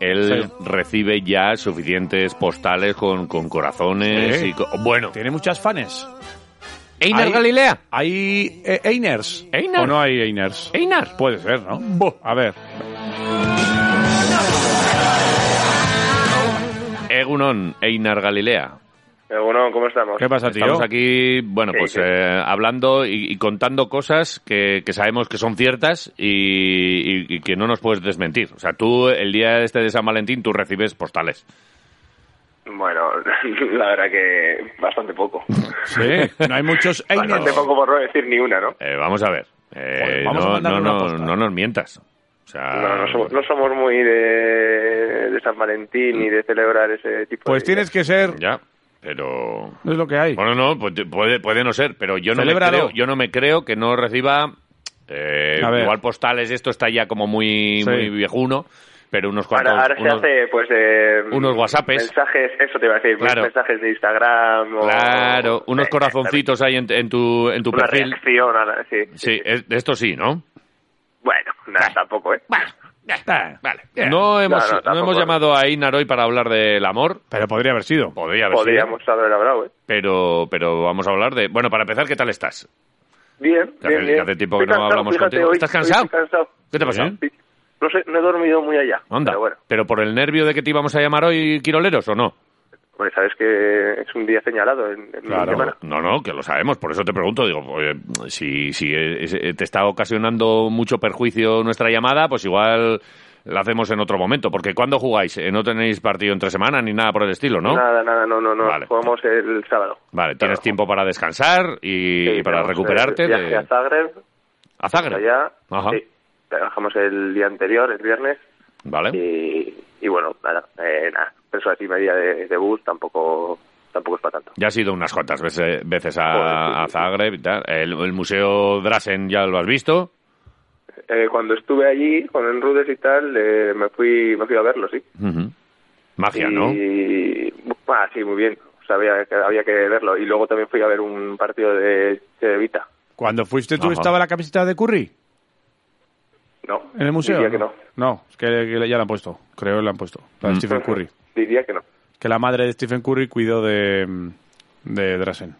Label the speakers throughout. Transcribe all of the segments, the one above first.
Speaker 1: Él recibe ya suficientes postales con, con corazones
Speaker 2: Sí.
Speaker 1: y co- bueno.
Speaker 2: Tiene muchas fans.
Speaker 1: Einar
Speaker 2: Ahí-
Speaker 1: Galilea.
Speaker 2: ¿Hay eh, Einers?
Speaker 1: Einar.
Speaker 2: ¿O no hay Einers?
Speaker 1: Einar.
Speaker 2: Puede ser, ¿no? Buh, a ver.
Speaker 1: Egunon, Einar Galilea.
Speaker 3: Eh, Bueno, ¿cómo estamos?
Speaker 2: ¿Qué pasa, tío?
Speaker 1: Estamos aquí, bueno,
Speaker 3: Sí,
Speaker 1: pues
Speaker 3: sí.
Speaker 1: eh, hablando y, y contando cosas que, que sabemos que son ciertas y, y- y que no nos puedes desmentir. O sea, tú el día este de San Valentín tú recibes postales.
Speaker 3: Bueno, la verdad que bastante poco.
Speaker 2: Sí, no hay muchos
Speaker 3: Bastante
Speaker 2: Einers.
Speaker 3: poco por no decir ni una, ¿no?
Speaker 1: Eh, vamos a ver. Eh,
Speaker 2: Joder, vamos a
Speaker 1: no,
Speaker 2: mandarle
Speaker 1: no,
Speaker 2: una
Speaker 1: no,
Speaker 2: postal.
Speaker 1: no nos mientas. O sea,
Speaker 3: No, no somos, no somos muy de, de San Valentín ni de celebrar ese tipo
Speaker 2: Pues
Speaker 3: de...
Speaker 2: tienes que ser...
Speaker 1: ya, pero
Speaker 2: Es lo que hay.
Speaker 1: Bueno, no, puede, puede- puede no ser, pero yo no, me
Speaker 2: Celébralo.
Speaker 1: creo, yo no me creo que no reciba. eh,
Speaker 2: A ver.
Speaker 1: igual postales, esto está ya como muy,
Speaker 2: Sí.
Speaker 1: muy viejuno, pero unos cuantos.
Speaker 3: Ahora, ahora
Speaker 1: unos-
Speaker 3: se hace, pues, de...
Speaker 1: unos whatsappes.
Speaker 3: Mensajes, eso te iba a decir, pues,
Speaker 1: Claro.
Speaker 3: mensajes de Instagram o...
Speaker 1: Claro, unos
Speaker 3: Eh,
Speaker 1: corazoncitos ahí en, en tu, en tu
Speaker 3: Una
Speaker 1: perfil.
Speaker 3: reacción, a la- sí.
Speaker 1: Sí, eh. es- de esto sí, ¿no?
Speaker 3: Bueno, nada, tampoco, ¿eh?
Speaker 2: Ah,
Speaker 1: No hemos,
Speaker 3: no,
Speaker 1: no,
Speaker 3: tampoco.
Speaker 1: hemos llamado a Inar hoy para hablar del amor.
Speaker 2: Pero podría haber sido.
Speaker 1: Podría haber sido,
Speaker 3: Podríamos haber hablado, ¿eh?
Speaker 1: pero, pero vamos a hablar de. Bueno, para empezar, ¿qué tal estás?
Speaker 3: Bien,
Speaker 1: Que hace-
Speaker 3: bien, bien.
Speaker 1: que hace tiempo que
Speaker 3: Estoy
Speaker 1: no
Speaker 3: cansado,
Speaker 1: hablamos
Speaker 3: fíjate,
Speaker 1: contigo.
Speaker 3: hoy-
Speaker 1: ¿Estás
Speaker 3: hoy
Speaker 1: cansado?
Speaker 3: estoy cansado.
Speaker 1: ¿Qué te ha pasado?
Speaker 3: Sí. No sé, no he dormido muy allá.
Speaker 1: Onda.
Speaker 3: Pero bueno.
Speaker 1: ¿Pero por el nervio de que te íbamos a llamar hoy, Quiroleros, o no?
Speaker 3: Pues sabes que es un día señalado en, en mi semana.
Speaker 1: No, no, que lo sabemos, por eso te pregunto, digo, oye, si, si es- te está ocasionando mucho perjuicio nuestra llamada, pues igual la hacemos en otro momento, porque ¿cuándo jugáis? Eh, No tenéis partido entre semana ni nada por el estilo, ¿no?
Speaker 3: Nada, nada, no, no, no.
Speaker 1: Vale.
Speaker 3: Jugamos el sábado.
Speaker 1: Vale, tienes
Speaker 3: Claro.
Speaker 1: tiempo para descansar y,
Speaker 3: Sí,
Speaker 1: y para
Speaker 3: tenemos,
Speaker 1: recuperarte
Speaker 3: eh, Viaje
Speaker 1: de-
Speaker 3: a Zagreb,
Speaker 1: a Zagreb.
Speaker 3: allá.
Speaker 1: Ajá.
Speaker 3: Sí. Trabajamos el día anterior, el viernes.
Speaker 1: Vale.
Speaker 3: Y, y bueno, nada, eh, nada. Pero así media de, de bus tampoco, tampoco es para tanto.
Speaker 1: Ya has ido unas cuantas veces, veces
Speaker 3: Joder, sí,
Speaker 1: a,
Speaker 3: sí,
Speaker 1: a
Speaker 3: sí.
Speaker 1: Zagreb y tal. El, el Museo Drasen ya lo has visto.
Speaker 3: Eh, cuando estuve allí con Enrudes y tal, eh, me fui me fui a verlo, sí.
Speaker 1: Ujú. Magia,
Speaker 3: y,
Speaker 1: ¿no?
Speaker 3: Ah, sí, muy bien. O sea, había, que- había que verlo. Y luego también fui a ver un partido de Chevita.
Speaker 2: Cuando fuiste tú
Speaker 1: Ajá.
Speaker 2: estaba la camiseta de Curry
Speaker 3: No.
Speaker 2: en el museo.
Speaker 3: Diría que no.
Speaker 2: No, es que, que ya la han puesto. Creo que la han puesto. La
Speaker 1: Mm.
Speaker 2: de Stephen Curry.
Speaker 3: Diría que no.
Speaker 2: Que la madre de Stephen Curry cuidó de, de Drasen.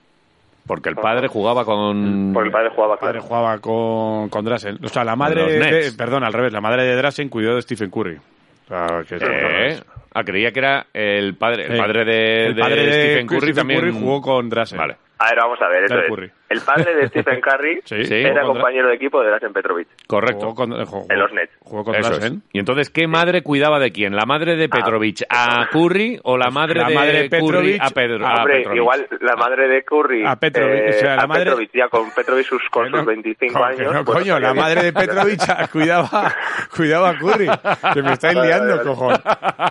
Speaker 1: Porque el padre jugaba con...
Speaker 3: Porque el padre jugaba,
Speaker 2: El padre
Speaker 3: claro.
Speaker 2: jugaba con, con Drasen. O sea, la madre
Speaker 1: Los
Speaker 2: de,
Speaker 1: Nets.
Speaker 2: Perdón, al revés. La madre de Drasen cuidó de Stephen Curry. O sea, que eso no
Speaker 1: Eh,
Speaker 2: es.
Speaker 1: Ah, creía que era el padre, el
Speaker 2: Eh,
Speaker 1: padre de,
Speaker 2: el
Speaker 1: de
Speaker 2: padre de
Speaker 1: Stephen Curry también.
Speaker 2: jugó con Drasen.
Speaker 1: Vale.
Speaker 3: A ver, vamos a ver. esto
Speaker 2: Del
Speaker 3: es.
Speaker 2: Curry.
Speaker 3: El padre de Stephen Curry
Speaker 2: Sí.
Speaker 1: Sí.
Speaker 2: Jugó
Speaker 3: era
Speaker 2: con Dra-
Speaker 3: compañero de equipo de Drazen Petrovic.
Speaker 1: Correcto.
Speaker 2: Jugó con, eh, jugó-
Speaker 3: En los Nets.
Speaker 2: Jugó con ¿eh?
Speaker 1: Eso es.
Speaker 2: Drasen.
Speaker 1: Y entonces, ¿qué madre cuidaba de quién? ¿La madre de Petrovic a Curry o la madre
Speaker 2: la
Speaker 1: de
Speaker 2: madre de
Speaker 1: Curry
Speaker 2: Ah, Petrovic
Speaker 1: a, Pedro,
Speaker 2: a-
Speaker 1: a
Speaker 3: Hombre,
Speaker 1: Petrovic?
Speaker 3: igual la madre de Curry. eh,
Speaker 2: A Petrovic, o sea, la
Speaker 3: a
Speaker 2: madre-
Speaker 3: Petrovic, ya con Petrovic sus, con
Speaker 2: Que
Speaker 3: sus
Speaker 2: no-
Speaker 3: 25
Speaker 2: co- que
Speaker 3: años.
Speaker 2: no,
Speaker 3: pues,
Speaker 2: coño, la
Speaker 3: estaría
Speaker 2: madre de
Speaker 3: bien.
Speaker 2: Petrovich cuidaba, cuidaba a Curry. Que me estáis
Speaker 3: Vale,
Speaker 2: liando,
Speaker 3: vale.
Speaker 2: cojón.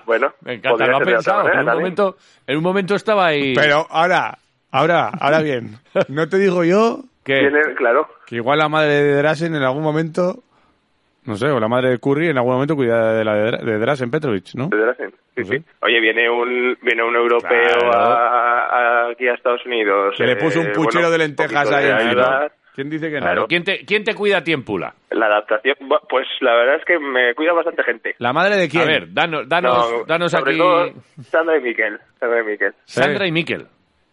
Speaker 3: Bueno,
Speaker 1: Me encanta,
Speaker 3: podría
Speaker 1: lo ha
Speaker 3: ser de otra
Speaker 1: pensado.
Speaker 3: manera
Speaker 1: En un,
Speaker 3: también.
Speaker 1: momento, en un momento estaba ahí.
Speaker 2: Pero ahora, ahora, ahora bien. No te digo yo
Speaker 1: ¿Qué?
Speaker 3: Tiene- claro.
Speaker 2: que igual la madre de Drasen en algún momento. No sé, o la madre de Curry en algún momento cuidaba de la de, Dra- de Drasen Petrovic, ¿no?
Speaker 3: de Drazen. Sí, sí. Oye, viene un, viene un europeo
Speaker 1: Claro.
Speaker 3: a- a- aquí a Estados Unidos.
Speaker 2: Que le puso un
Speaker 3: eh,
Speaker 2: puchero
Speaker 3: bueno,
Speaker 2: de
Speaker 3: un
Speaker 2: lentejas
Speaker 3: poquito
Speaker 2: ahí
Speaker 3: de
Speaker 2: encima.
Speaker 3: ayuda.
Speaker 2: ¿Quién dice que no?
Speaker 1: Claro. ¿Quién, te, ¿Quién te cuida a ti en Pula?
Speaker 3: La adaptación, bu- pues la verdad es que me cuida bastante gente.
Speaker 2: ¿La madre de quién?
Speaker 1: A ver, danos, danos,
Speaker 3: No,
Speaker 1: danos
Speaker 3: sobre
Speaker 1: aquí
Speaker 3: todo, Sandra y Miquel. Sandra y Miquel.
Speaker 1: Sandra y Miquel.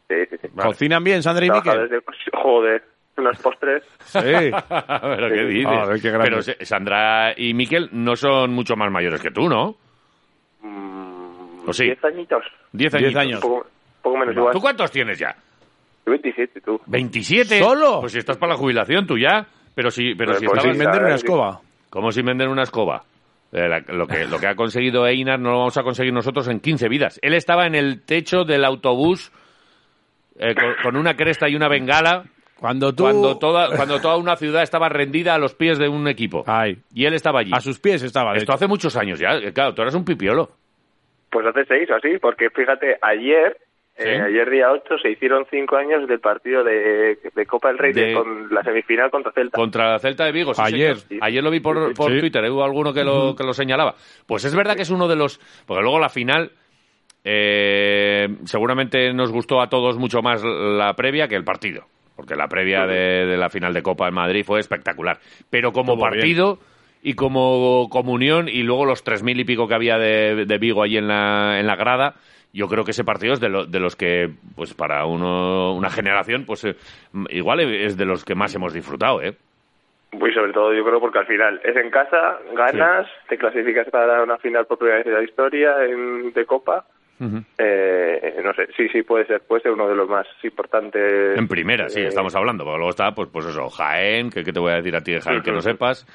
Speaker 3: Sí, sí, sí.
Speaker 2: ¿Cocinan bien Sandra y Miquel?
Speaker 3: Trabajadores de- pues, Joder, unos postres.
Speaker 2: Sí.
Speaker 1: Pero ¿qué
Speaker 3: Sí.
Speaker 1: dices?
Speaker 2: Joder, qué grande.
Speaker 1: Pero se- Sandra y Miquel no son mucho más mayores que tú, ¿no?
Speaker 3: Mm,
Speaker 1: ¿O sí?
Speaker 3: Diez añitos.
Speaker 1: Diez
Speaker 2: Pues Diez
Speaker 1: años.
Speaker 3: Un poco, un poco menos igual.
Speaker 1: ¿Tú cuántos tienes ya?
Speaker 3: 27, tú.
Speaker 1: 27.
Speaker 2: ¿Solo?
Speaker 1: Pues si estás para la jubilación, tú ya. Pero si, pero
Speaker 3: Pues
Speaker 1: si
Speaker 3: por
Speaker 1: estabas...
Speaker 2: Sin vender una escoba.
Speaker 1: Como sin vender una escoba. Eh, la- lo, que, lo que ha conseguido Einar no lo vamos a conseguir nosotros en 15 vidas. Él estaba en el techo del autobús eh, con, con una cresta y una bengala
Speaker 2: Cuando tú.
Speaker 1: cuando, toda, cuando toda una ciudad estaba rendida a los pies de un equipo.
Speaker 2: Ay.
Speaker 1: Y él estaba allí.
Speaker 2: Ah. A sus pies estaba. de
Speaker 1: Esto hace muchos años ya. Eh, Claro, tú eras un pipiolo.
Speaker 3: Pues hace seis o así, porque fíjate, ayer,
Speaker 1: Sí.
Speaker 3: eh, ayer día 8, se hicieron cinco años del partido de, de Copa del Rey
Speaker 1: De-
Speaker 3: de- con la semifinal contra Celta.
Speaker 1: Contra la Celta de Vigo. sí,
Speaker 2: Ayer.
Speaker 1: señor. Ayer lo vi por, por
Speaker 2: Sí.
Speaker 1: Twitter, ¿eh? hubo alguno que lo, que lo señalaba. Pues es verdad que es uno de los... Porque luego la final... eh, seguramente nos gustó a todos mucho más la previa que el partido. Porque la previa de, de la final de Copa en Madrid fue espectacular. Pero como
Speaker 2: Estuvo
Speaker 1: partido... Y como comunión, y luego los tres mil y pico que había de, de Vigo ahí en la, en la grada, yo creo que ese partido es de, lo- de los que, pues para uno, una generación, pues eh, igual es de los que más hemos disfrutado, ¿eh?
Speaker 3: Pues sobre todo yo creo porque al final es en casa, ganas, te clasificas para una final por primera vez en la historia en- de Copa. Eh, no sé, sí, sí puede ser, puede ser uno de los más importantes.
Speaker 1: En primera, sí,
Speaker 3: Eh,
Speaker 1: estamos hablando. Porque luego está, pues, pues eso, Jaén, que, que te voy a decir a ti de Jaén que no sepas.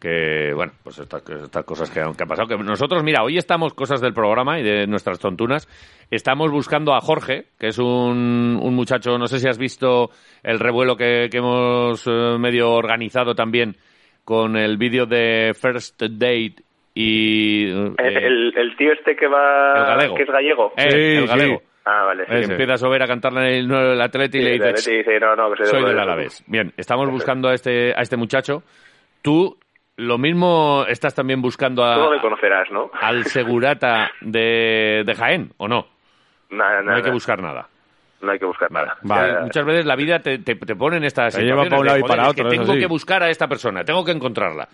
Speaker 1: Que, bueno, pues estas, estas cosas que han, que han pasado. Que nosotros, mira, hoy estamos, cosas del programa y de nuestras tontunas, estamos buscando a Jorge, que es un, un muchacho, no sé si has visto el revuelo que, que hemos eh, medio organizado también con el vídeo de First Date y... eh,
Speaker 3: El, el- el tío este que va.
Speaker 1: el galego.
Speaker 3: Que es gallego.
Speaker 1: Eh,
Speaker 2: Sí,
Speaker 1: el
Speaker 2: sí.
Speaker 1: galego.
Speaker 3: Ah, vale.
Speaker 1: Que
Speaker 2: Ese.
Speaker 1: empieza a sober a cantar el, el Atleti y
Speaker 3: Sí,
Speaker 1: le
Speaker 3: el
Speaker 1: dice,
Speaker 3: Atleti dice, no, no, que soy,
Speaker 1: Soy
Speaker 3: del
Speaker 1: del
Speaker 3: Alavés.
Speaker 1: Alavés. Bien, estamos buscando a este, a este muchacho. Tú, lo mismo, estás también buscando
Speaker 3: Tú no le
Speaker 1: a,
Speaker 3: conocerás, ¿no?
Speaker 1: al segurata de, de Jaén, ¿o no?
Speaker 3: Nada,
Speaker 1: No hay que
Speaker 3: nada.
Speaker 1: buscar nada.
Speaker 3: No hay que buscar nada.
Speaker 2: Vale.
Speaker 3: Ya-
Speaker 1: Muchas veces la vida te, te, te pone en estas
Speaker 2: Te lleva
Speaker 1: situaciones
Speaker 2: pa'
Speaker 1: de,
Speaker 2: un lado y
Speaker 1: "Joder,
Speaker 2: para
Speaker 1: es que
Speaker 2: otro, eso
Speaker 1: tengo
Speaker 2: sí".
Speaker 1: que buscar a esta persona, tengo que encontrarla.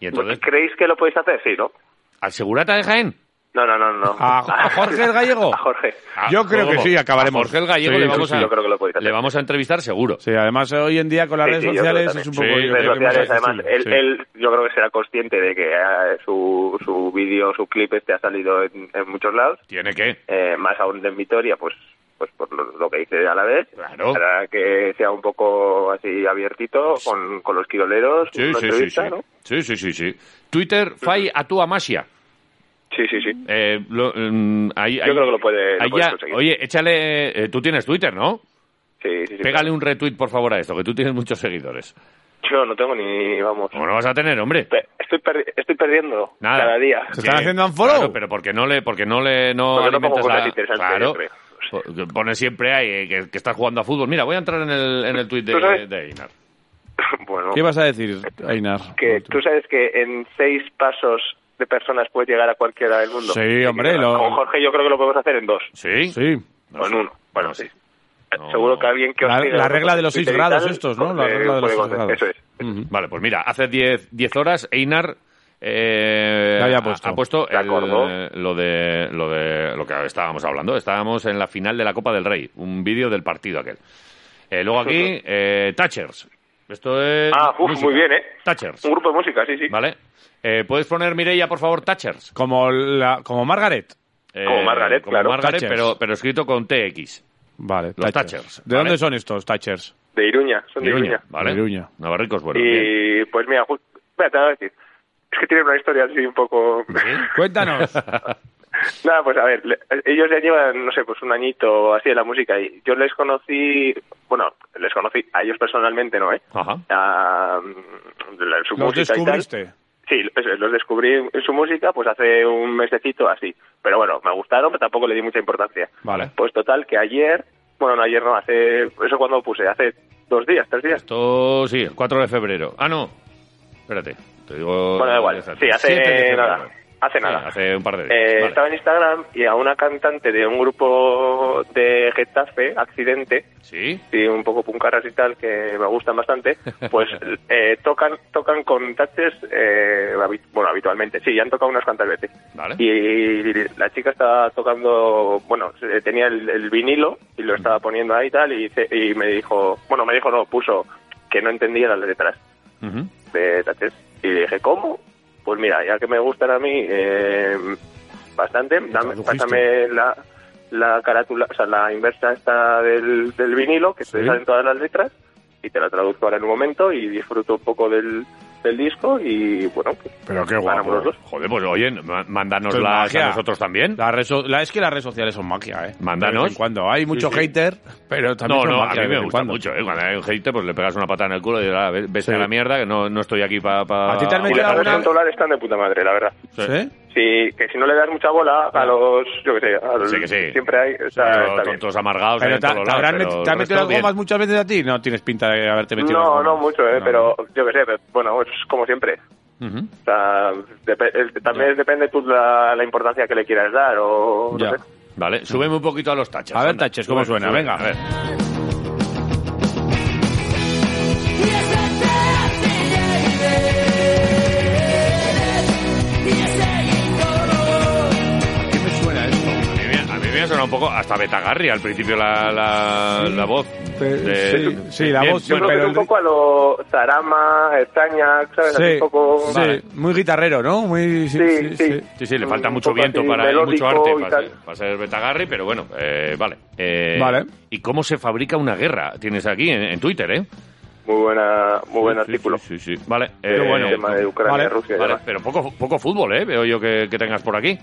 Speaker 1: Y
Speaker 2: ¿eh?
Speaker 1: entonces,
Speaker 3: ¿Creéis que lo podéis hacer? Sí, ¿no?
Speaker 1: ¿al segurata de Jaén?
Speaker 3: No, no, no, no.
Speaker 2: ¿A- a Jorge el gallego?
Speaker 3: A Jorge.
Speaker 1: Ah,
Speaker 2: Yo creo que sí, acabaremos.
Speaker 1: a Jorge el Gallego
Speaker 2: Sí,
Speaker 1: le,
Speaker 2: sí,
Speaker 1: vamos
Speaker 2: sí,
Speaker 1: a,
Speaker 3: yo creo que lo podéis hacer.
Speaker 1: le vamos a entrevistar seguro.
Speaker 2: Sí, además hoy en día con las
Speaker 3: Sí,
Speaker 2: redes
Speaker 3: sí, yo creo
Speaker 2: sociales
Speaker 3: también.
Speaker 2: es un poco...
Speaker 1: Sí,
Speaker 2: yo
Speaker 3: redes
Speaker 2: creo que más
Speaker 3: sociales, además,
Speaker 2: accesible,
Speaker 3: él,
Speaker 2: sí.
Speaker 3: él yo creo que será consciente de que eh, su, su vídeo, su clip este ha salido en, en muchos lados,
Speaker 1: Tiene que.
Speaker 3: eh, más aún de en Vitoria, pues pues por lo, lo que dice a la vez,
Speaker 1: Claro.
Speaker 3: para que sea un poco así abiertito con, con los quiroleros,
Speaker 1: Sí,
Speaker 3: una
Speaker 1: sí, sí, sí.
Speaker 3: entrevista, ¿no?
Speaker 1: Sí, sí, sí, sí. Twitter, Fai, a tu Amasia.
Speaker 3: Sí, sí, sí.
Speaker 1: Eh, lo, mm, ahí-
Speaker 3: Yo
Speaker 1: ahí-
Speaker 3: creo que lo puede, lo
Speaker 1: ahí
Speaker 3: puedes
Speaker 1: ya-
Speaker 3: conseguir.
Speaker 1: oye, échale. eh, tú tienes Twitter, ¿no?
Speaker 3: sí, sí, sí.
Speaker 1: Pégale un retweet, por favor, a esto, que tú tienes muchos seguidores.
Speaker 3: Yo no tengo ni, vamos,
Speaker 1: ¿Cómo no vas a tener, hombre?
Speaker 3: pe- estoy, perdi- estoy perdiendo
Speaker 1: Nada.
Speaker 3: cada día.
Speaker 2: Se están haciendo unfollow.
Speaker 1: Claro, pero porque no le, porque no le, no
Speaker 3: Porque no pongo
Speaker 1: alimentas
Speaker 3: cosas
Speaker 1: la-
Speaker 3: interesantes,
Speaker 1: Claro.
Speaker 3: yo creo.
Speaker 1: Po- Pone siempre ahí eh, que, que estás jugando a fútbol. Mira, voy a entrar en el, en el tweet
Speaker 3: ¿Tú
Speaker 1: de,
Speaker 3: sabes?
Speaker 1: de Einar.
Speaker 3: bueno,
Speaker 2: ¿Qué vas a decir, Einar?
Speaker 3: que tú sabes que en seis pasos de personas puedes llegar a cualquiera del mundo.
Speaker 2: Sí, hombre, lo-
Speaker 3: Con Jorge yo creo que lo podemos hacer en dos,
Speaker 1: ¿Sí?
Speaker 2: Sí.
Speaker 3: o en uno. Bueno,
Speaker 1: No sé.
Speaker 3: sí. Eh,
Speaker 1: No.
Speaker 3: Seguro que alguien que os
Speaker 2: La-
Speaker 3: siga
Speaker 2: la
Speaker 3: en
Speaker 2: regla de los
Speaker 3: Twitter
Speaker 2: seis
Speaker 3: y tal,
Speaker 2: grados estos, ¿no? La
Speaker 3: eh,
Speaker 2: regla de los
Speaker 3: puede
Speaker 2: seis
Speaker 3: conocer.
Speaker 2: grados.
Speaker 3: Eso es.
Speaker 2: Ujú.
Speaker 1: Vale, pues mira, hace 10 10 horas Einar eh,
Speaker 2: La había
Speaker 1: ha-
Speaker 2: puesto.
Speaker 1: ha puesto
Speaker 3: De
Speaker 1: el,
Speaker 3: acuerdo.
Speaker 1: eh, lo de lo de lo que estábamos hablando. Estábamos en la final de la Copa del Rey, un vídeo del partido aquel. Eh, luego aquí eh, Thatchers. Esto es
Speaker 3: Ah, uf,
Speaker 1: música.
Speaker 3: muy bien, ¿eh?
Speaker 1: Thatchers,
Speaker 3: Un grupo de música, sí, sí.
Speaker 1: ¿vale? Eh, ¿Puedes poner Mireia, por favor, Thatchers?
Speaker 2: Como, la, como Margaret.
Speaker 1: Eh,
Speaker 3: Como Margaret,
Speaker 1: como
Speaker 3: claro.
Speaker 1: Margaret,
Speaker 2: Thatchers.
Speaker 1: pero pero escrito con TX.
Speaker 2: Vale,
Speaker 1: Los Thatchers,
Speaker 2: ¿De
Speaker 1: vale.
Speaker 2: dónde son estos Thatchers?
Speaker 3: De Iruña, son de
Speaker 1: Iruña,
Speaker 3: Iruña.
Speaker 1: ¿vale?
Speaker 2: Iruña.
Speaker 1: Navarricos, bueno. bien.
Speaker 3: Y pues mira, justo... Espera, te voy a decir. Es que tienen una historia así un poco...
Speaker 2: Cuéntanos.
Speaker 3: Nada, pues a ver, le- ellos ya llevan, no sé, pues un añito así de la música y yo les conocí, bueno, les conocí a ellos personalmente, ¿no? ¿eh?
Speaker 1: Ajá.
Speaker 3: A, mm, la- su
Speaker 2: ¿Los
Speaker 3: música y tal.
Speaker 2: descubriste?
Speaker 3: Sí, eso es, los descubrí en su música pues hace un mesecito así, pero bueno, me gustaron, pero tampoco le di mucha importancia.
Speaker 2: Vale.
Speaker 3: Pues total que ayer, bueno, no ayer no, hace, eso cuando puse, hace dos días, tres días.
Speaker 1: Esto sí, el 4 de febrero. Ah, no. Espérate, te digo.
Speaker 3: Bueno, da igual. Sí, hace
Speaker 1: 7 de febrero.
Speaker 3: nada. Hace
Speaker 1: Sí,
Speaker 3: nada.
Speaker 1: hace un par de días.
Speaker 3: Eh,
Speaker 1: Vale.
Speaker 3: Estaba en Instagram y a una cantante de un grupo de Getafe, Accidente,
Speaker 1: Sí.
Speaker 3: y un poco puncarras y tal que me gustan bastante, pues eh, tocan tocan con taches, eh, habi- bueno, habitualmente, sí, ya han tocado unas cuantas veces.
Speaker 1: Vale.
Speaker 3: Y la chica estaba tocando, bueno, se- tenía el, el vinilo y lo estaba poniendo ahí y tal, y, dice- y me dijo, bueno, me dijo, no, puso que no entendía las letras
Speaker 1: Ujú.
Speaker 3: de taches. Y le dije, ¿cómo? Pues mira, ya que me gustan a mí eh, bastante, dame,
Speaker 2: tradujiste?
Speaker 3: pásame la, la carátula, o sea, la inversa esta del, del vinilo, que
Speaker 2: Sí.
Speaker 3: te salen todas las letras, y te la traduzco ahora en un momento y disfruto un poco del, del disco y bueno, pues,
Speaker 2: Pero qué
Speaker 3: ganamos los
Speaker 2: guapo.
Speaker 3: dos.
Speaker 1: Joder, pues oye, ma-
Speaker 2: Esto es
Speaker 1: mándanosla
Speaker 2: magia.
Speaker 1: a nosotros también.
Speaker 2: La red so- la- es que las redes sociales son magia, ¿eh?
Speaker 1: Mándanos.
Speaker 2: De vez en cuando. Hay mucho
Speaker 1: Sí, sí.
Speaker 2: hater, pero también
Speaker 1: No,
Speaker 2: son
Speaker 1: no, a
Speaker 2: magia
Speaker 1: mí
Speaker 2: de vez
Speaker 1: me
Speaker 2: en
Speaker 1: gusta
Speaker 2: cuando.
Speaker 1: mucho. ¿eh? Cuando hay un hater, pues le pegas una patada en el culo y dices, "Ah, ve- vete
Speaker 2: Sí.
Speaker 1: a la mierda, que no, no estoy aquí para...
Speaker 2: ¿A ti te han
Speaker 3: y
Speaker 2: metido
Speaker 3: las
Speaker 2: alguna-
Speaker 3: dólares están de puta madre, la verdad.
Speaker 2: ¿Sí?
Speaker 3: si, que si no le das mucha bola a los, yo qué sé, a los,
Speaker 1: Sí que sí.
Speaker 3: Pues siempre hay, está,
Speaker 1: Pero
Speaker 3: está bien.
Speaker 1: tontos amargados.
Speaker 2: Pero
Speaker 1: hay en
Speaker 2: te,
Speaker 1: todos
Speaker 2: te
Speaker 1: lados,
Speaker 2: habrán
Speaker 1: pero
Speaker 2: meti-
Speaker 1: el
Speaker 2: ¿te han
Speaker 1: resto,
Speaker 2: metido las
Speaker 1: bien.
Speaker 2: gomas muchas veces a ti? No tienes pinta de haberte metido las
Speaker 3: No,
Speaker 2: gomas.
Speaker 3: no mucho, eh,
Speaker 2: No.
Speaker 3: pero yo qué sé, pero, bueno, es como siempre.
Speaker 1: Ujú.
Speaker 3: O sea, depe- el- también depende tú la, la importancia que le quieras dar o no
Speaker 2: Ya.
Speaker 3: sé.
Speaker 1: Vale, súbeme un poquito a los taches.
Speaker 2: A ver,
Speaker 1: anda.
Speaker 2: taches, ¿cómo
Speaker 1: Sube,
Speaker 2: suena?
Speaker 1: sube,
Speaker 2: Venga.
Speaker 1: A ver.
Speaker 2: ¿Qué me suena esto?
Speaker 1: A mí, me- a mí me ha sonado un poco hasta Betagarri al principio la, la, la voz.
Speaker 2: Pe-
Speaker 1: De-
Speaker 2: sí, sí, la
Speaker 1: bien,
Speaker 2: voz,
Speaker 3: Yo
Speaker 1: bueno,
Speaker 3: creo que es
Speaker 2: pero
Speaker 3: un
Speaker 2: el-
Speaker 3: poco a lo Zarama, Estaña, ¿sabes? Así
Speaker 2: Sí,
Speaker 3: un poco...
Speaker 2: sí, muy guitarrero, ¿no? Muy, sí, sí, sí.
Speaker 1: Sí, sí, le
Speaker 3: Un
Speaker 1: falta mucho
Speaker 3: poco
Speaker 1: viento
Speaker 3: así
Speaker 1: para y mucho
Speaker 3: melódico
Speaker 1: arte
Speaker 3: y
Speaker 1: para
Speaker 3: tal.
Speaker 1: ser, para ser Betagarri, pero bueno, eh, vale. Eh,
Speaker 2: Vale.
Speaker 1: ¿Y cómo se fabrica una guerra? Tienes aquí en, en Twitter, ¿eh?
Speaker 3: Muy, buena, muy buen
Speaker 1: Sí,
Speaker 3: artículo.
Speaker 1: Sí, sí, sí. Vale.
Speaker 3: Eh,
Speaker 1: eh,
Speaker 3: el tema de Ucrania,
Speaker 2: vale,
Speaker 3: Rusia y
Speaker 1: Vale,
Speaker 3: demás.
Speaker 1: pero poco, poco fútbol, ¿eh? Veo yo que, que tengas por aquí.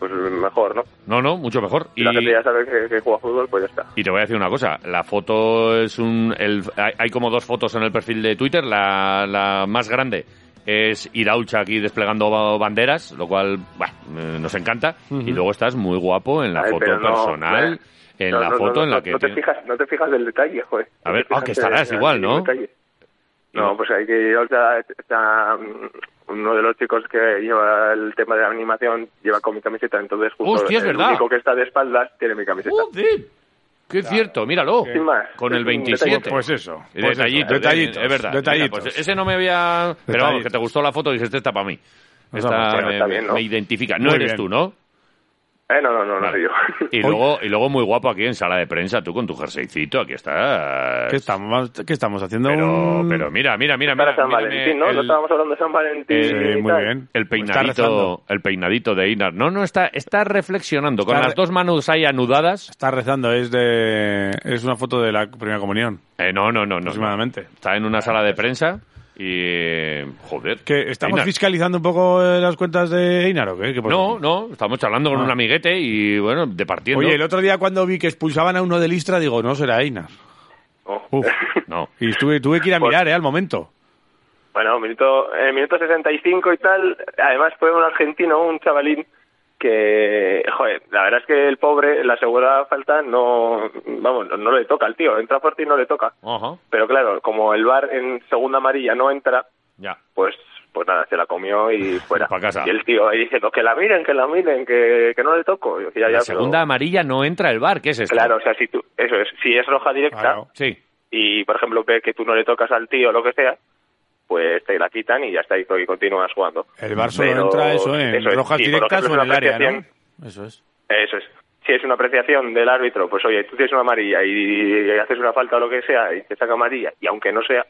Speaker 3: Pues mejor, ¿no?
Speaker 1: No, no, mucho mejor.
Speaker 3: Si la gente ya sabe que, que juega fútbol, pues ya está.
Speaker 1: Y te voy a decir una cosa, la foto es un... el- hay, hay como dos fotos en el perfil de Twitter, la, la más grande es Iraucha aquí desplegando ba- banderas, lo cual bah, eh, nos encanta, y luego estás muy guapo en la
Speaker 3: Ay,
Speaker 1: foto
Speaker 3: pero no,
Speaker 1: personal,
Speaker 3: eh,
Speaker 1: en
Speaker 3: No,
Speaker 1: la
Speaker 3: no, no,
Speaker 1: foto
Speaker 3: no,
Speaker 1: en la
Speaker 3: no,
Speaker 1: que...
Speaker 3: No te,
Speaker 1: tiene-
Speaker 3: fijas, no te fijas del detalle, joder.
Speaker 1: A
Speaker 3: No
Speaker 1: ver,
Speaker 3: te
Speaker 1: ah,
Speaker 3: fijas
Speaker 1: que
Speaker 3: de-
Speaker 1: estarás
Speaker 3: de-
Speaker 1: igual,
Speaker 3: del
Speaker 1: ¿no?
Speaker 3: detalle.
Speaker 1: no.
Speaker 3: No, pues hay que o sea, está mm, uno de los chicos que lleva el tema de la animación lleva con mi camiseta, entonces justo
Speaker 1: Hostia, es
Speaker 3: el
Speaker 1: verdad. Uh.
Speaker 3: único que está de espaldas tiene mi camiseta.
Speaker 1: ¡Joder! ¡Oh, ¡Qué cierto! Míralo.
Speaker 3: Sin más.
Speaker 1: Con el
Speaker 3: Es un
Speaker 1: 27.
Speaker 3: detallito.
Speaker 2: Pues eso. pues eso,
Speaker 1: detallito,
Speaker 2: detallitos.
Speaker 1: eh, es verdad.
Speaker 2: Detallitos.
Speaker 1: Mira, pues ese no me había... Pero vamos, que te gustó la foto, dijiste, esta para mí. Esta
Speaker 3: bueno,
Speaker 1: me,
Speaker 3: está bien, ¿no?
Speaker 1: me identifica. No
Speaker 2: Pues Muy
Speaker 1: eres
Speaker 2: bien.
Speaker 1: tú, ¿no?
Speaker 3: Eh, no, no, no, no
Speaker 1: Vale.
Speaker 3: soy yo.
Speaker 1: Y luego, y luego muy guapo aquí en sala de prensa, tú con tu jerseycito, aquí estás.
Speaker 2: ¿Qué estamos, ¿Qué estamos haciendo?
Speaker 1: Pero,
Speaker 2: un-
Speaker 1: pero mira, mira, mira.
Speaker 3: Para
Speaker 1: mira,
Speaker 3: San
Speaker 1: mírame
Speaker 3: Valentín, ¿no?
Speaker 1: el-
Speaker 3: No estábamos hablando de San Valentín.
Speaker 2: Sí,
Speaker 3: y
Speaker 2: muy
Speaker 3: tal.
Speaker 2: bien.
Speaker 1: El
Speaker 2: Está rezando,
Speaker 1: peinadito, el peinadito de Inar. No, no, está, está reflexionando, con
Speaker 2: Está
Speaker 1: las
Speaker 2: re-
Speaker 1: dos manos ahí anudadas.
Speaker 2: Está rezando, es, de, es una foto de la primera comunión,
Speaker 1: Eh, no, no, no, no.
Speaker 2: aproximadamente.
Speaker 1: Está en una sala de prensa y... Joder.
Speaker 2: Que estamos
Speaker 1: Einar.
Speaker 2: fiscalizando un poco eh, las cuentas de Einar, ¿o qué? ¿Qué pasa?
Speaker 1: No, no, estamos charlando con
Speaker 2: Ah.
Speaker 1: un amiguete y, bueno, departiendo.
Speaker 2: Oye, el otro día cuando vi que expulsaban a uno de Listra, digo, no será Einar.
Speaker 1: Uh,
Speaker 3: No.
Speaker 2: Uf.
Speaker 1: No.
Speaker 2: Y estuve, tuve que ir a
Speaker 3: Pues-
Speaker 2: mirar, ¿eh? Al momento.
Speaker 3: Bueno, minuto, eh, minuto 65 y tal. Además fue un argentino, un chavalín, que, joder, la verdad es que el pobre, la segunda falta no, vamos, no, no le toca al tío. Entra fuerte y no le toca.
Speaker 1: Ajá,
Speaker 3: Pero claro, como el bar en segunda amarilla no entra,
Speaker 1: ya.
Speaker 3: pues pues nada, se la comió y fuera.
Speaker 1: Pues Pa' casa.
Speaker 3: Y el tío ahí diciendo, que la miren, que la miren, que, que no le toco. Y yo, ya,
Speaker 1: La
Speaker 3: ya,
Speaker 1: segunda amarilla no entra el bar, ¿qué es esto?
Speaker 3: pero- claro, o sea, si tú, eso es, si es roja directa
Speaker 2: Claro.
Speaker 1: Sí.
Speaker 3: y, por ejemplo, ve que tú no le tocas al tío o lo que sea, pues te la quitan y ya está, y, y continúas jugando.
Speaker 2: El bar solo
Speaker 3: Pero
Speaker 2: entra eso en
Speaker 3: eso es.
Speaker 2: rojas
Speaker 3: Sí, por
Speaker 2: directas o
Speaker 3: ejemplo,
Speaker 2: en el
Speaker 3: una
Speaker 2: área,
Speaker 3: apreciación.
Speaker 2: ¿no? Eso es.
Speaker 3: Eso es. Si es una apreciación del árbitro, pues oye, tú tienes una amarilla y, y haces una falta o lo que sea y te saca amarilla, y aunque no sea,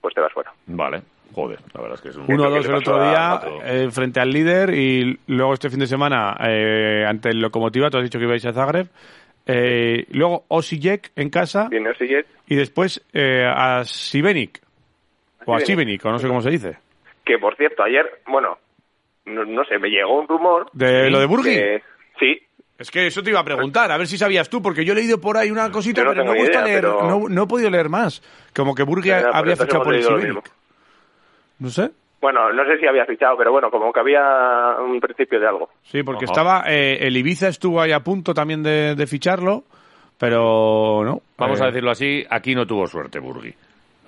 Speaker 3: pues te vas fuera.
Speaker 1: Vale. Joder, la verdad es que es un...
Speaker 3: lo que
Speaker 2: 1-2
Speaker 3: le
Speaker 2: el
Speaker 3: pasó
Speaker 2: otro
Speaker 3: a
Speaker 2: día
Speaker 1: Pato.
Speaker 2: eh, frente al líder y luego este fin de semana eh, ante el Locomotiva, tú has dicho que ibais a Zagreb. Eh, luego Osijek en casa
Speaker 3: Viene el siguiente.
Speaker 2: y después eh, a Sibenik. O a
Speaker 3: Sibenik.
Speaker 2: Sibenik, o no sé cómo se dice.
Speaker 3: Que por cierto, ayer, bueno, no, no sé, me llegó un rumor.
Speaker 2: ¿De lo de Burgi?
Speaker 3: que- sí,
Speaker 2: Es que eso te iba a preguntar, a ver si sabías tú, porque yo he leído por ahí una cosita,
Speaker 3: Yo no
Speaker 2: pero no
Speaker 3: tengo
Speaker 2: me
Speaker 3: ni
Speaker 2: gusta
Speaker 3: idea,
Speaker 2: leer,
Speaker 3: pero-
Speaker 2: no, no he podido leer más. Como que Burgi
Speaker 3: Era, pero
Speaker 2: había
Speaker 3: entonces
Speaker 2: fichado por el
Speaker 3: hemos leído lo
Speaker 2: Sibenik. No sé.
Speaker 3: bueno, no sé si había fichado, pero bueno, como que había un principio de algo.
Speaker 2: Sí, porque
Speaker 1: Ajá.
Speaker 2: estaba. eh, el Ibiza estuvo ahí a punto también de, de ficharlo, pero no.
Speaker 1: Vamos
Speaker 2: Eh,
Speaker 1: a decirlo así, aquí no tuvo suerte Burgi.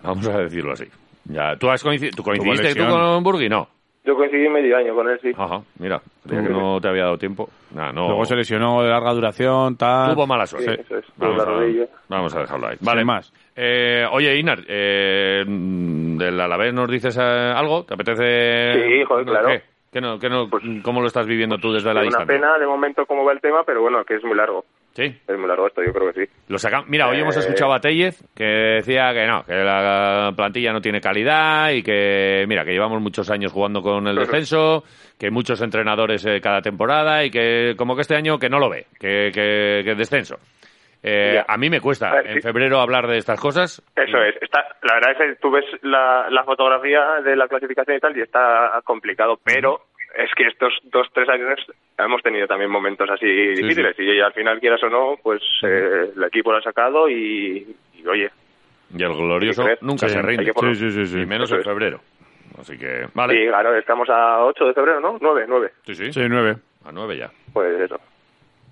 Speaker 1: Vamos a decirlo así. Ya, ¿Tú, has coinci- tú coincidiste tú
Speaker 2: lesión.
Speaker 1: con Burgi? No.
Speaker 3: Yo coincidí medio año con él, sí.
Speaker 1: Ajá, mira, creía que no te había dado tiempo. Nah, no.
Speaker 2: Luego se lesionó de larga duración, tal.
Speaker 1: Tuvo mala
Speaker 3: Sí,
Speaker 1: suerte.
Speaker 3: eso es, por
Speaker 1: Vamos,
Speaker 3: la rodilla.
Speaker 1: a, vamos a dejarlo ahí. Vale.
Speaker 2: más.
Speaker 1: Eh, oye, Inar, eh, mm, del Alavés nos dices eh, algo. ¿Te apetece?
Speaker 3: Sí, joder,
Speaker 1: ¿Qué?
Speaker 3: claro.
Speaker 1: ¿Qué no, qué no-
Speaker 3: Pues-
Speaker 1: ¿Cómo lo estás viviendo tú desde la
Speaker 3: Es una
Speaker 1: distancia?
Speaker 3: pena de momento cómo va el tema, pero bueno, que es muy largo.
Speaker 1: Sí.
Speaker 3: Es muy largo esto, yo creo que sí.
Speaker 1: Lo saca- Mira, hoy
Speaker 3: Eh.
Speaker 1: hemos escuchado a Tellez que decía que no, que la plantilla no tiene calidad y que, mira, que llevamos muchos años jugando con el descenso, que muchos entrenadores eh, cada temporada y que como que este año que no lo ve, que, que, que descenso. Eh,
Speaker 3: Ya.
Speaker 1: a mí me cuesta
Speaker 3: A ver,
Speaker 1: en
Speaker 3: sí.
Speaker 1: febrero hablar de estas cosas.
Speaker 3: Eso es. Está, la verdad es que tú ves la, la fotografía de la clasificación y tal y está
Speaker 1: Mm.
Speaker 3: complicado, pero es que estos dos, tres años hemos tenido también momentos así difíciles y al final, quieras o no, pues eh, el equipo lo ha sacado y, y, oye,
Speaker 1: Y el glorioso
Speaker 3: Hay que creer.
Speaker 1: nunca
Speaker 3: Sí,
Speaker 1: se
Speaker 3: hay
Speaker 1: rinde.
Speaker 3: que poner-
Speaker 2: Sí, sí, sí, sí.
Speaker 1: Y menos
Speaker 3: Eso
Speaker 1: en
Speaker 3: es.
Speaker 1: febrero. Así que, vale.
Speaker 3: Sí, claro, estamos a 8 de febrero, ¿no? 9, 9.
Speaker 1: Sí, sí.
Speaker 2: Sí, nueve.
Speaker 1: A nueve ya.
Speaker 3: Pues eso.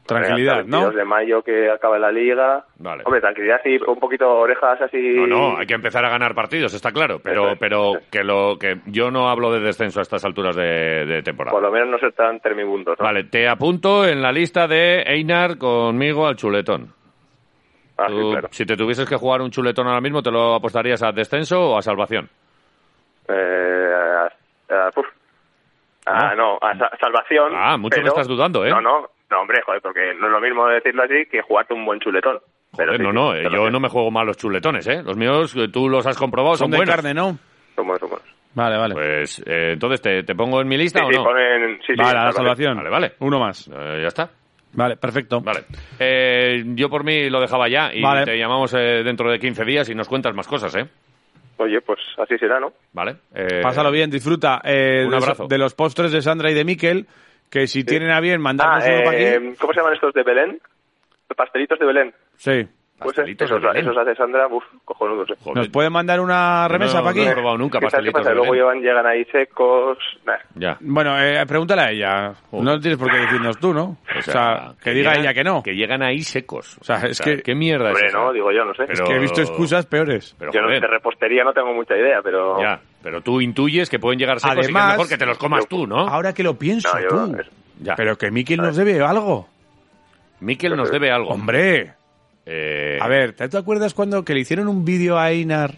Speaker 2: Tranquilidad,
Speaker 3: Hasta el 22
Speaker 2: ¿no?
Speaker 3: de mayo que acaba la liga.
Speaker 1: Vale.
Speaker 3: Hombre, tranquilidad sí, un poquito orejas así.
Speaker 1: No, no, hay que empezar a ganar partidos, está claro.
Speaker 3: Eso
Speaker 1: Pero,
Speaker 3: es.
Speaker 1: pero que lo que yo no hablo de descenso a estas alturas de, de temporada.
Speaker 3: Por lo menos no ser tan termibundos, ¿no?
Speaker 1: Vale, te apunto en la lista de Einar conmigo al chuletón.
Speaker 3: Ah, sí,
Speaker 1: Tú,
Speaker 3: claro.
Speaker 1: Si te tuvieses que jugar un chuletón ahora mismo, ¿te lo apostarías a descenso o a salvación?
Speaker 3: Eh, ah, puf. Ah,
Speaker 1: Ah.
Speaker 3: no, a sa- salvación.
Speaker 1: Ah, mucho
Speaker 3: pero-
Speaker 1: me estás dudando, ¿eh?
Speaker 3: No, no, no, hombre, joder, porque no es lo mismo decirlo así que jugarte un buen chuletón. Pero
Speaker 1: Joder,
Speaker 3: sí,
Speaker 1: no,
Speaker 3: sí,
Speaker 1: no, eh,
Speaker 3: pero
Speaker 1: yo
Speaker 3: sí,
Speaker 1: no me juego mal los chuletones, ¿eh? Los míos, eh, tú los has comprobado, son,
Speaker 2: Son de
Speaker 1: buenos.
Speaker 2: carne, ¿no?
Speaker 3: son buenos, son buenos.
Speaker 2: Vale, vale.
Speaker 1: Pues eh, entonces, ¿te, te pongo en mi
Speaker 3: Sí,
Speaker 1: lista o
Speaker 3: sí,
Speaker 1: no?
Speaker 3: ponen. Sí, sí,
Speaker 2: vale, a la salvación.
Speaker 1: Vale, vale.
Speaker 2: Uno más.
Speaker 1: Eh, ya está.
Speaker 2: Vale, perfecto.
Speaker 1: Vale. Eh, yo por mí lo dejaba ya y
Speaker 2: Vale.
Speaker 1: te llamamos eh, dentro de 15 días y nos cuentas más cosas, ¿eh?
Speaker 3: Oye, pues así será, ¿no?
Speaker 1: Vale. Eh,
Speaker 2: Pásalo bien, disfruta eh,
Speaker 1: un
Speaker 2: de-
Speaker 1: abrazo.
Speaker 2: De, los postres de Sandra y de Miquel, que si tienen a bien mandarnos
Speaker 3: ah,
Speaker 2: uno para
Speaker 3: eh,
Speaker 2: aquí.
Speaker 3: ¿cómo se llaman estos de Belén? Pastelitos de Belén.
Speaker 2: Sí.
Speaker 3: Pues
Speaker 1: Pastelitos
Speaker 3: esos,
Speaker 1: de Belén.
Speaker 3: esos hace Sandra, uff, cojonudos. eh.
Speaker 1: Joder,
Speaker 2: ¿Nos pueden mandar una
Speaker 1: pues no,
Speaker 2: remesa para
Speaker 1: No he
Speaker 2: aquí?
Speaker 1: probado nunca
Speaker 3: ¿Qué tal, qué
Speaker 1: pastelitos
Speaker 3: pasa?
Speaker 1: de
Speaker 3: Luego
Speaker 1: Belén.
Speaker 3: llevan, llegan ahí secos. Nah.
Speaker 1: Ya.
Speaker 2: Bueno, eh, pregúntale a ella.
Speaker 1: Joder.
Speaker 2: No tienes por qué decirnos tú, ¿no? O sea, que, diga
Speaker 1: llegan-
Speaker 2: ella que no.
Speaker 1: Que llegan ahí secos.
Speaker 2: O sea, es que-
Speaker 1: ¿Qué mierda
Speaker 3: Hombre,
Speaker 1: es esa?
Speaker 3: no, digo yo, no sé.
Speaker 1: Pues Pero-
Speaker 2: Es que he visto excusas peores.
Speaker 1: Pero,
Speaker 3: yo no,
Speaker 1: joder,
Speaker 3: de repostería no tengo mucha idea, pero.
Speaker 1: ya. Pero tú intuyes que pueden llegar secos y que es
Speaker 2: Además-
Speaker 1: mejor que te los comas tú, ¿no?
Speaker 2: Ahora que lo pienso,
Speaker 3: No, yo-
Speaker 2: tú.
Speaker 3: es-
Speaker 1: Ya.
Speaker 2: Pero que Miquel nos debe algo.
Speaker 1: Miquel nos debe algo.
Speaker 2: Hombre,
Speaker 1: Eh,
Speaker 2: a ver, ¿te te acuerdas cuando que le hicieron un vídeo a Einar?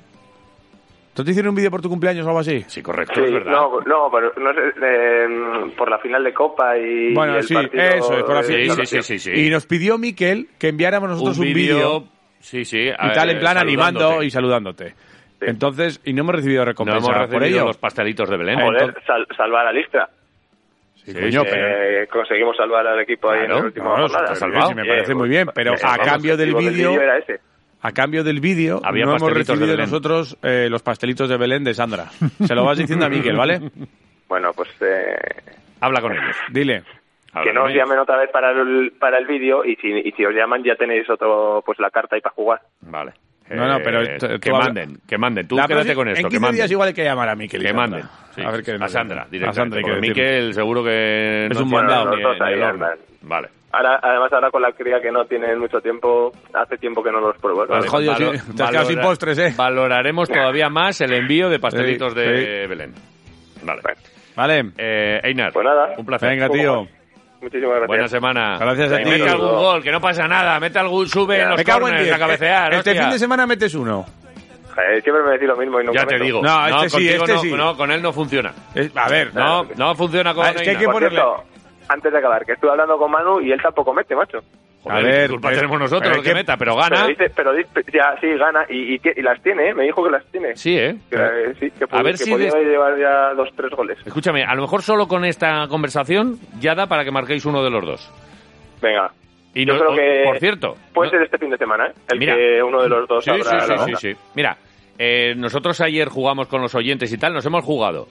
Speaker 2: ¿Tú te hicieron un vídeo por tu cumpleaños o algo así?
Speaker 1: Sí, correcto,
Speaker 3: Sí,
Speaker 1: es verdad.
Speaker 3: no, no, pero no sé, eh, por la final de Copa y.
Speaker 2: Bueno,
Speaker 3: y el
Speaker 2: sí,
Speaker 3: partido
Speaker 2: eso es, por la
Speaker 3: de-
Speaker 2: final.
Speaker 1: sí,
Speaker 3: de-
Speaker 1: sí, sí, sí, sí.
Speaker 2: Y nos pidió Miquel que enviáramos nosotros un vídeo
Speaker 1: Sí, sí.
Speaker 2: y tal, en plan animando y saludándote.
Speaker 3: Sí.
Speaker 2: Entonces, y no hemos recibido
Speaker 1: No
Speaker 2: recompensa
Speaker 1: hemos recibido
Speaker 2: por ello.
Speaker 1: los pastelitos de Belén.
Speaker 3: Joder, sal- salvar a Listra.
Speaker 2: Sí,
Speaker 1: Sí,
Speaker 2: coño,
Speaker 1: sí.
Speaker 2: pero-
Speaker 3: Eh, conseguimos salvar al equipo ahí en
Speaker 1: Claro,
Speaker 3: la última
Speaker 2: no,
Speaker 3: jornada.
Speaker 1: está salvado.
Speaker 3: Eh,
Speaker 1: Sí, me
Speaker 2: parece muy bien, pero
Speaker 3: pues,
Speaker 2: a
Speaker 3: vamos,
Speaker 2: cambio del
Speaker 3: el objetivo
Speaker 2: vídeo-
Speaker 3: era ese.
Speaker 2: a cambio del vídeo,
Speaker 1: Había
Speaker 2: no hemos
Speaker 1: pastelitos de
Speaker 2: recibido
Speaker 1: Belén.
Speaker 2: nosotros eh, los pastelitos de Belén de Sandra. Se lo vas diciendo a Miquel, ¿vale?
Speaker 3: Bueno, pues eh,
Speaker 1: Habla con ellos.
Speaker 2: Dile.
Speaker 1: Habla
Speaker 3: que no
Speaker 1: con
Speaker 3: os
Speaker 1: ellos.
Speaker 3: llamen otra vez para el, para el vídeo y si, y si os llaman ya tenéis otro pues la carta ahí para jugar.
Speaker 1: Vale.
Speaker 2: No, no, pero
Speaker 1: Eh,
Speaker 2: t-
Speaker 1: que
Speaker 2: tú habla-
Speaker 1: manden, que manden. Tú
Speaker 2: La
Speaker 1: quédate
Speaker 2: próxima-
Speaker 1: con esto,
Speaker 2: En
Speaker 1: que
Speaker 2: 15
Speaker 1: manden.
Speaker 2: días igual hay que llamar a Miquel. y
Speaker 1: que
Speaker 2: Sandra.
Speaker 1: manden. sí.
Speaker 2: A ver qué
Speaker 1: a
Speaker 2: nos
Speaker 1: Sandra,
Speaker 2: dicen.
Speaker 1: directamente.
Speaker 2: A Sandra, hay que
Speaker 1: porque
Speaker 2: decirle.
Speaker 1: Miquel seguro que
Speaker 2: Es
Speaker 1: no
Speaker 2: un
Speaker 1: tiene
Speaker 2: mandado.
Speaker 1: ni-
Speaker 3: Los dos
Speaker 1: ni el
Speaker 3: ahí
Speaker 1: horno.
Speaker 3: andan.
Speaker 1: Vale.
Speaker 3: Ahora, además ahora con la cría que no tienen mucho tiempo, hace tiempo que no los pruebo. ¿no?
Speaker 2: Has
Speaker 1: Vale,
Speaker 2: jodido,
Speaker 1: valo-
Speaker 2: sí. Te has quedado sin postres, ¿eh?
Speaker 1: Valoraremos todavía más el envío de pastelitos
Speaker 2: Sí,
Speaker 1: de Belén. Vale.
Speaker 2: Vale.
Speaker 1: Eh, Einar,
Speaker 3: Pues nada.
Speaker 1: un placer.
Speaker 2: Venga, tío.
Speaker 3: Muchísimas gracias.
Speaker 2: em-
Speaker 1: Buena semana.
Speaker 2: Gracias a
Speaker 1: Y
Speaker 2: ti.
Speaker 1: Mete algún gol, que no pasa nada. Mete algún, sube en los
Speaker 2: Me cago en
Speaker 1: corners
Speaker 2: diez.
Speaker 1: a cabecear.
Speaker 2: Este
Speaker 1: hostia.
Speaker 2: fin de semana metes uno.
Speaker 3: Eh, siempre me decís lo mismo y nunca
Speaker 1: Ya te
Speaker 3: meto.
Speaker 1: digo.
Speaker 2: No, este sí,
Speaker 1: contigo
Speaker 2: este
Speaker 1: no,
Speaker 2: sí.
Speaker 1: no, con él no funciona.
Speaker 2: Eh, A ver,
Speaker 1: No, no funciona con
Speaker 2: Ah, es que hay
Speaker 1: Einar.
Speaker 2: que
Speaker 3: Por
Speaker 2: ponerle-
Speaker 3: cierto, antes de acabar, que estuve hablando con Manu y él tampoco mete, macho.
Speaker 1: Joder,
Speaker 2: A ver,
Speaker 1: culpa
Speaker 2: pero-
Speaker 1: tenemos nosotros,
Speaker 2: pero
Speaker 1: lo
Speaker 2: es
Speaker 1: que
Speaker 2: que-
Speaker 1: meta, pero gana.
Speaker 3: Pero dice, pero dice- ya sí gana y, y, que- y las tiene, ¿eh? me dijo que las tiene.
Speaker 1: Sí, ¿eh?
Speaker 3: Que, eh, sí, que, pod-
Speaker 1: ver
Speaker 3: que
Speaker 1: si
Speaker 3: podía
Speaker 1: des-
Speaker 3: llevar ya dos tres goles.
Speaker 1: Escúchame, a lo mejor solo con esta conversación ya da para que marquéis uno de los dos.
Speaker 3: Venga.
Speaker 1: Y
Speaker 3: Yo
Speaker 1: no-
Speaker 3: creo
Speaker 1: o-
Speaker 3: que
Speaker 1: por cierto,
Speaker 3: Puede
Speaker 1: no-
Speaker 3: ser este fin de semana, ¿eh? El
Speaker 1: Mira.
Speaker 3: que uno de los dos
Speaker 1: Sí,
Speaker 3: abra
Speaker 1: sí, sí,
Speaker 3: la
Speaker 1: sí,
Speaker 3: boca.
Speaker 1: sí. Mira, eh, nosotros ayer jugamos con los oyentes y tal, nos hemos jugado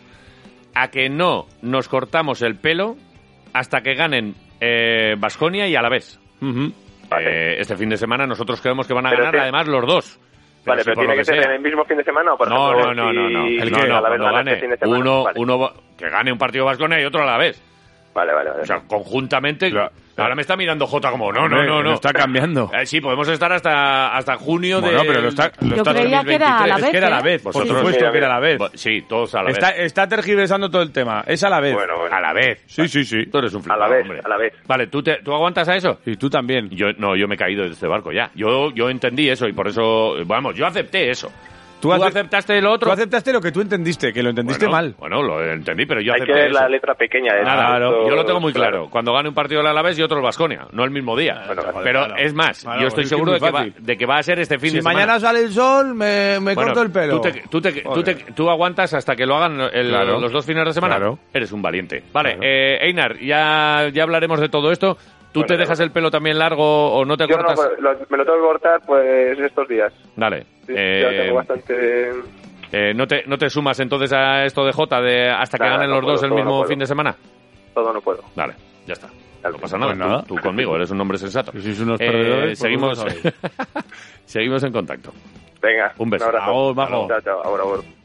Speaker 1: a que no nos cortamos el pelo hasta que ganen Vasconia y a la vez.
Speaker 2: Ujú.
Speaker 3: Vale.
Speaker 1: este fin de semana nosotros creemos que van a
Speaker 3: Pero
Speaker 1: ganar,
Speaker 3: te-
Speaker 1: además los dos.
Speaker 3: Vale,
Speaker 1: si
Speaker 3: pero
Speaker 1: por lo
Speaker 3: tiene que ser
Speaker 1: sea-
Speaker 3: en el mismo fin de semana o por
Speaker 1: no,
Speaker 3: ejemplo,
Speaker 1: no, no, no, no.
Speaker 3: si-
Speaker 1: El
Speaker 3: si
Speaker 1: que
Speaker 3: a la vez
Speaker 1: cuando
Speaker 3: gana este
Speaker 1: gane
Speaker 3: fin de semana.
Speaker 1: uno,
Speaker 3: vale.
Speaker 1: uno va- que gane un partido Vasconia y otro a la vez.
Speaker 3: Vale, vale, vale.
Speaker 1: O sea, conjuntamente.
Speaker 2: Claro.
Speaker 1: Ahora me está mirando Jota como no, no,
Speaker 2: Hombre,
Speaker 1: no,
Speaker 2: que
Speaker 1: no.
Speaker 2: Está cambiando.
Speaker 1: Eh, sí, podemos estar hasta hasta junio
Speaker 2: Bueno,
Speaker 1: de.
Speaker 2: pero lo está, lo
Speaker 4: Yo
Speaker 2: está
Speaker 4: creía que era a la
Speaker 2: 2023. Es que era a la
Speaker 4: vez, ¿eh?
Speaker 2: vez, por
Speaker 1: Vosotros-
Speaker 2: supuesto que era a la vez.
Speaker 1: Sí, todos a la
Speaker 2: Está,
Speaker 1: vez.
Speaker 2: está tergiversando todo el tema. Es a la vez.
Speaker 3: bueno, bueno.
Speaker 1: A la vez.
Speaker 2: Sí, sí, sí.
Speaker 1: Tú eres un flipado,
Speaker 3: A la vez,
Speaker 1: hombre.
Speaker 3: a la vez.
Speaker 1: Vale, ¿tú, te, ¿tú aguantas a eso?
Speaker 2: Y tú también.
Speaker 1: Yo, no, yo me he caído de este barco ya. Yo, yo entendí eso y por eso, vamos, yo acepté eso. ¿Tú,
Speaker 2: ace-
Speaker 1: aceptaste el otro?
Speaker 2: Tú aceptaste lo que tú entendiste, que lo entendiste
Speaker 1: Bueno,
Speaker 2: mal.
Speaker 1: Bueno, lo entendí, pero yo
Speaker 3: Hay que
Speaker 1: acepté
Speaker 3: leer
Speaker 1: eso.
Speaker 3: la letra pequeña de
Speaker 1: Nada,
Speaker 3: esto-
Speaker 1: yo lo tengo muy claro. Cuando gane un partido el Alavés y otro el Vasconia, no el mismo día.
Speaker 3: Bueno,
Speaker 1: pero
Speaker 2: claro.
Speaker 1: es más,
Speaker 2: Claro,
Speaker 1: yo estoy
Speaker 2: es que es
Speaker 1: seguro
Speaker 2: muy
Speaker 1: de, que va,
Speaker 2: fácil.
Speaker 1: de que va a ser este fin
Speaker 2: Si
Speaker 1: de semana.
Speaker 2: mañana sale el sol, me, me
Speaker 1: Bueno,
Speaker 2: corto el pelo.
Speaker 1: Tú te, tú te- tú
Speaker 2: Joder.
Speaker 1: te- tú aguantas hasta que lo hagan el-
Speaker 2: Claro.
Speaker 1: los dos fines de semana.
Speaker 2: Claro.
Speaker 1: Eres un valiente. Vale,
Speaker 2: Claro.
Speaker 1: eh, Einar, ya, ya hablaremos de todo esto. ¿Tú
Speaker 3: Bueno,
Speaker 1: te dejas el pelo también largo o no te
Speaker 3: Yo no,
Speaker 1: cortas?
Speaker 3: pues, lo- me lo tengo que cortar pues estos días.
Speaker 1: Dale.
Speaker 3: Sí, ya
Speaker 1: Eh,
Speaker 3: tengo bastante...
Speaker 1: eh, ¿no, te, ¿No te sumas entonces a esto de Jota de hasta que
Speaker 3: Nada,
Speaker 1: ganen
Speaker 3: no
Speaker 1: los
Speaker 3: puedo,
Speaker 1: dos el
Speaker 3: todo no
Speaker 1: mismo
Speaker 3: puedo.
Speaker 1: fin de semana?
Speaker 3: Todo no puedo.
Speaker 1: Vale, ya está.
Speaker 3: Dale.
Speaker 1: No pasa nada.
Speaker 2: Pues nada.
Speaker 1: Tú, tú conmigo, eres un hombre sensato.
Speaker 2: Si sois unos
Speaker 1: Eh,
Speaker 2: perdedores, pues
Speaker 1: seguimos,
Speaker 2: vosotros
Speaker 1: seguimos en contacto.
Speaker 3: Venga.
Speaker 1: Un beso.
Speaker 3: abrazo.
Speaker 1: Agur, majo.
Speaker 3: Chao, chao. Ahora, ahora.